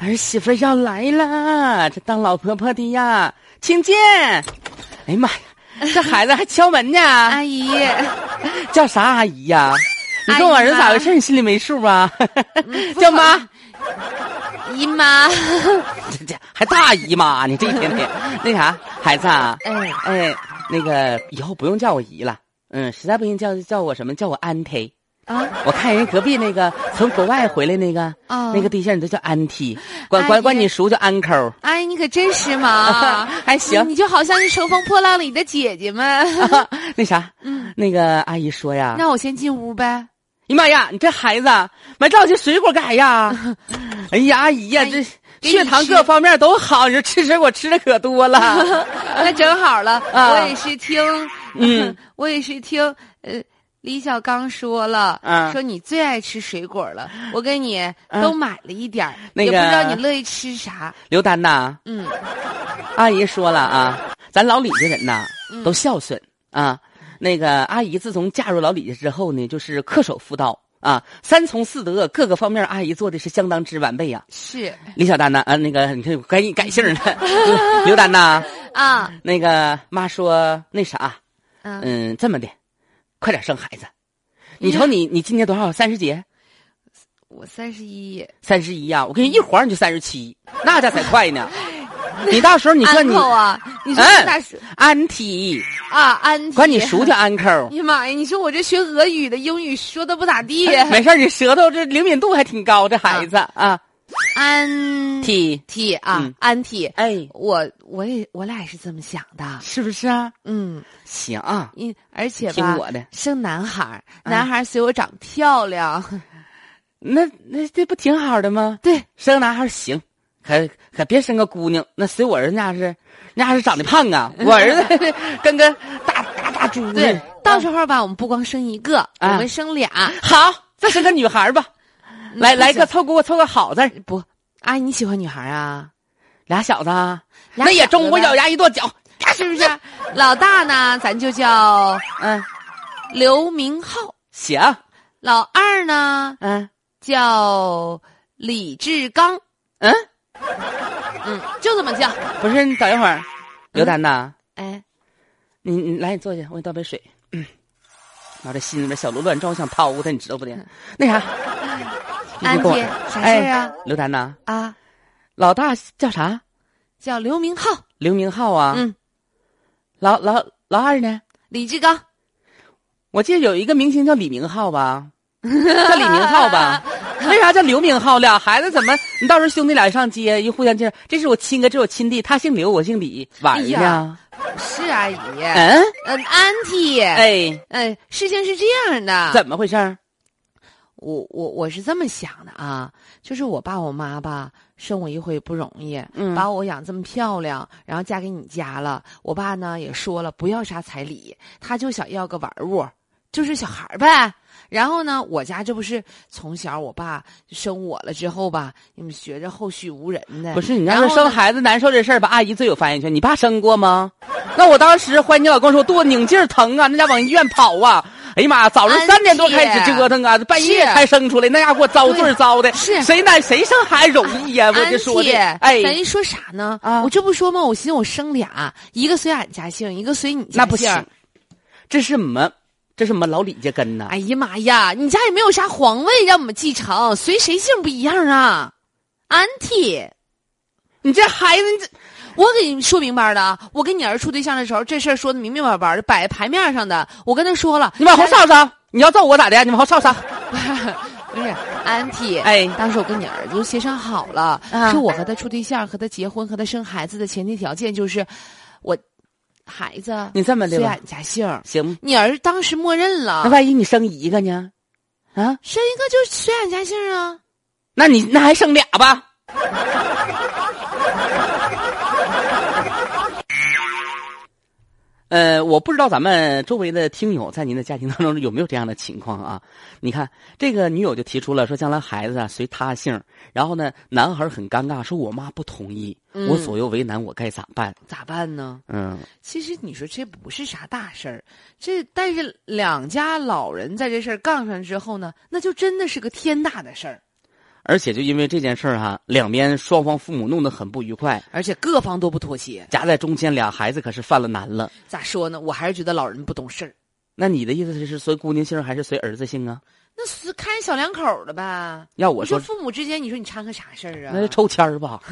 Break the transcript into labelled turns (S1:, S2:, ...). S1: 儿媳妇要来啦！这当老婆婆的呀，请进。哎呀妈呀，这孩子还敲门呢！
S2: 阿 姨，
S1: 叫啥阿姨呀、你跟我儿子咋回事？你心里没数吧？叫妈，
S2: 姨妈，
S1: 这这还大姨妈呢，这一天天那啥，孩子啊，
S2: 哎，
S1: 哎，那个以后不用叫我姨了，嗯，实在不行叫叫我什么？叫我安忒。
S2: 啊，
S1: 我看人隔壁那个从国外回来那个、
S2: 哦
S1: 那个对象，你都叫安忒，管
S2: 阿
S1: 管
S2: 姨
S1: 管你叔叫安抠。，
S2: 阿姨你可真时髦啊
S1: 还行
S2: 你你就好像是《乘风破浪》里的姐 姐们。
S1: 那啥，
S2: 嗯，
S1: 那个阿姨说呀，
S2: 那我先进 屋呗。
S1: 哎呀妈呀，你这孩子啊买这老些水果干啥 呀？哎呀，阿姨呀，
S2: 哎
S1: 这
S2: 给你
S1: 血糖
S2: 吃嗯
S1: 各方面都好，你说吃水果吃的可多了。
S2: 那正好了，
S1: 啊
S2: 我也是听，
S1: 嗯，
S2: 我也是听，呃，李小刚说了，
S1: 啊
S2: 说你最爱吃水果了，我给你
S1: 啊
S2: 都买了一点儿，
S1: 那
S2: 也不知道
S1: 个
S2: 你乐意吃啥。
S1: 刘丹呐，
S2: 嗯，
S1: 阿姨说了啊，咱老李家人呐
S2: 嗯
S1: 都孝顺啊。那个阿姨自从嫁入老李家之后呢，就是恪守妇道啊，三从四德各个方面，阿姨做的是相当之完备呀、
S2: 是
S1: 李小丹呐，啊，那个你看赶紧改姓了， 刘丹呐，
S2: 啊，
S1: 那个妈说那啥，
S2: 嗯、
S1: 嗯，这么的，快点生孩子。你瞅你，你今年多少？三十几？
S2: 我三十一，
S1: 三十一呀！我跟你一晃你就三十七，那家才快 呢。你到时候你
S2: 安
S1: 说你
S2: 扣啊，你说
S1: 哎
S2: 我咋说
S1: 安提，
S2: 啊？安
S1: 管
S2: 迪
S1: 你叔叫安扣。
S2: 哎呀妈呀！你说我这学俄语的，英语说的不咋地。
S1: 哎没事儿，你舌头这灵敏度还挺高，这孩子啊。
S2: 安
S1: 提，
S2: T 啊，
S1: 嗯
S2: 安 T，
S1: 哎，
S2: 我我也我俩也是这么想的。
S1: 是不是啊？
S2: 嗯，
S1: 行啊，
S2: 因而且
S1: 听
S2: 吧，
S1: 我的。
S2: 生男孩儿，
S1: 啊
S2: 男孩儿随我长漂 亮。
S1: 那那这不挺好的吗？
S2: 对，
S1: 生男孩行，可可别生个姑娘。那随我儿子那是，那是长得胖 啊，我儿子 跟个大大大猪似
S2: 对
S1: 的。，
S2: 到时候吧，我们不光生一个，我
S1: 啊
S2: 们生俩。
S1: 好，再生个女孩吧， 来
S2: 嗯
S1: 来个凑给我凑个好字儿，
S2: 不，阿姨你喜欢女孩儿啊？
S1: 俩小子啊，
S2: 俩
S1: 那也
S2: 小
S1: 中
S2: 子
S1: 我
S2: 呗
S1: 咬牙一跺脚，
S2: 是不是？老大呢，咱就叫
S1: 嗯，
S2: 刘明浩；
S1: 行，
S2: 老二呢，
S1: 嗯
S2: 叫李志刚。
S1: 嗯，
S2: 嗯，就这么叫。
S1: 不是，你等一会儿，刘丹呐，
S2: 哎，
S1: 你你来，你坐下，我给你倒杯水。嗯，妈这心里面小鹿乱撞，我想掏他，你知道不的？那啥，你
S2: 嗯安
S1: 就跟我
S2: 姐，啥事儿啊？
S1: 刘丹呐，
S2: 啊，
S1: 老大叫啥？
S2: 叫刘明浩。
S1: 刘明浩啊，
S2: 嗯，
S1: 老老老二呢？
S2: 李志刚。
S1: 我记得有一个明星叫李明浩 吧，叫李明浩吧？为啥叫刘明浩？俩孩子怎么？你到时候兄弟俩上街一互相介绍，这是我亲哥，这是我亲弟，他姓刘，我姓李，玩儿
S2: 哎
S1: 呢
S2: 呀？ 是阿姨，嗯
S1: 嗯，
S2: 安迪，哎，
S1: 哎，
S2: 事情是这样的，
S1: 怎么回事儿？
S2: 我我我是这么想的啊，就是我爸我妈吧生我一回不容易，
S1: 嗯
S2: 把我养这么漂亮，然后嫁给你家了，我爸呢也说了不要啥彩礼，他就想要个玩物，就是小孩儿呗。然后呢，我家这不是从小我爸生我了之后吧，你们学着后续无人的，
S1: 不是你
S2: 然
S1: 要是
S2: 后
S1: 生
S2: 呢
S1: 孩子难受这事儿吧，阿姨最有发言权。你爸生过吗？那我当时怀你老公的时候，肚子拧劲儿疼啊，那家往医院跑啊。哎呀妈呀，早上
S2: 安
S1: 三点多
S2: 姐
S1: 开始折腾啊，半夜
S2: 是
S1: 才生出来，那家伙遭罪儿遭的。
S2: 是
S1: 谁难谁生孩子容易呀、我
S2: 安
S1: 就说的
S2: 姐，，
S1: 哎，
S2: 咱一说啥呢？
S1: 啊
S2: 我这不说吗？我寻思我生俩，一个随俺家姓，一个随你家
S1: 那不
S2: 姓。
S1: 行，这是我们，这是我们老李家根呐、
S2: 哎呀妈呀，你家也没有啥皇位让我们继承，随谁姓不一样啊？安替，
S1: 你这孩子，你这
S2: 我给你说明白了啊，我跟你儿处对象的时候，这事儿说的明明白白的，摆在牌面上的。我跟他说了，
S1: 你往后稍稍，你要揍我咋的？你往后稍稍。
S2: 不是安替。
S1: 哎，
S2: 当时我跟你儿子都协商好了，
S1: 啊
S2: 说我和他处对象、和他结婚、和他生孩子的前提条件就是，我孩子
S1: 你这么的
S2: 虽
S1: 吧
S2: 俺，家姓儿，
S1: 行。
S2: 你儿子当时默认
S1: 那
S2: 了，
S1: 万一你生一个呢？啊，
S2: 生一个就随俺家姓啊。
S1: 那你那还生俩吧？呃，我不知道咱们周围的听友在您的家庭当中有没有这样的情况啊？你看，这个女友就提出了说，将来孩子啊随他姓，然后呢，男孩很尴尬，说我妈不同意，
S2: 嗯
S1: 我左右为难，我该咋办？
S2: 咋办呢？
S1: 嗯，
S2: 其实你说这不是啥大事儿，这但是两家老人在这事儿杠上之后呢，那就真的是个天大的事儿。
S1: 而且就因为这件事儿、哈，两边双方父母弄得很不愉快，
S2: 而且各方都不妥协。
S1: 夹在中间，俩孩子可是犯了难了。
S2: 咋说呢？我还是觉得老人不懂事儿，
S1: 那你的意思是是随姑娘姓还是随儿子姓啊？
S2: 那是看小两口儿的呗。
S1: 要我
S2: 我
S1: 说
S2: 说，父母之间，你说你掺和啥事儿啊？
S1: 那就抽签儿吧。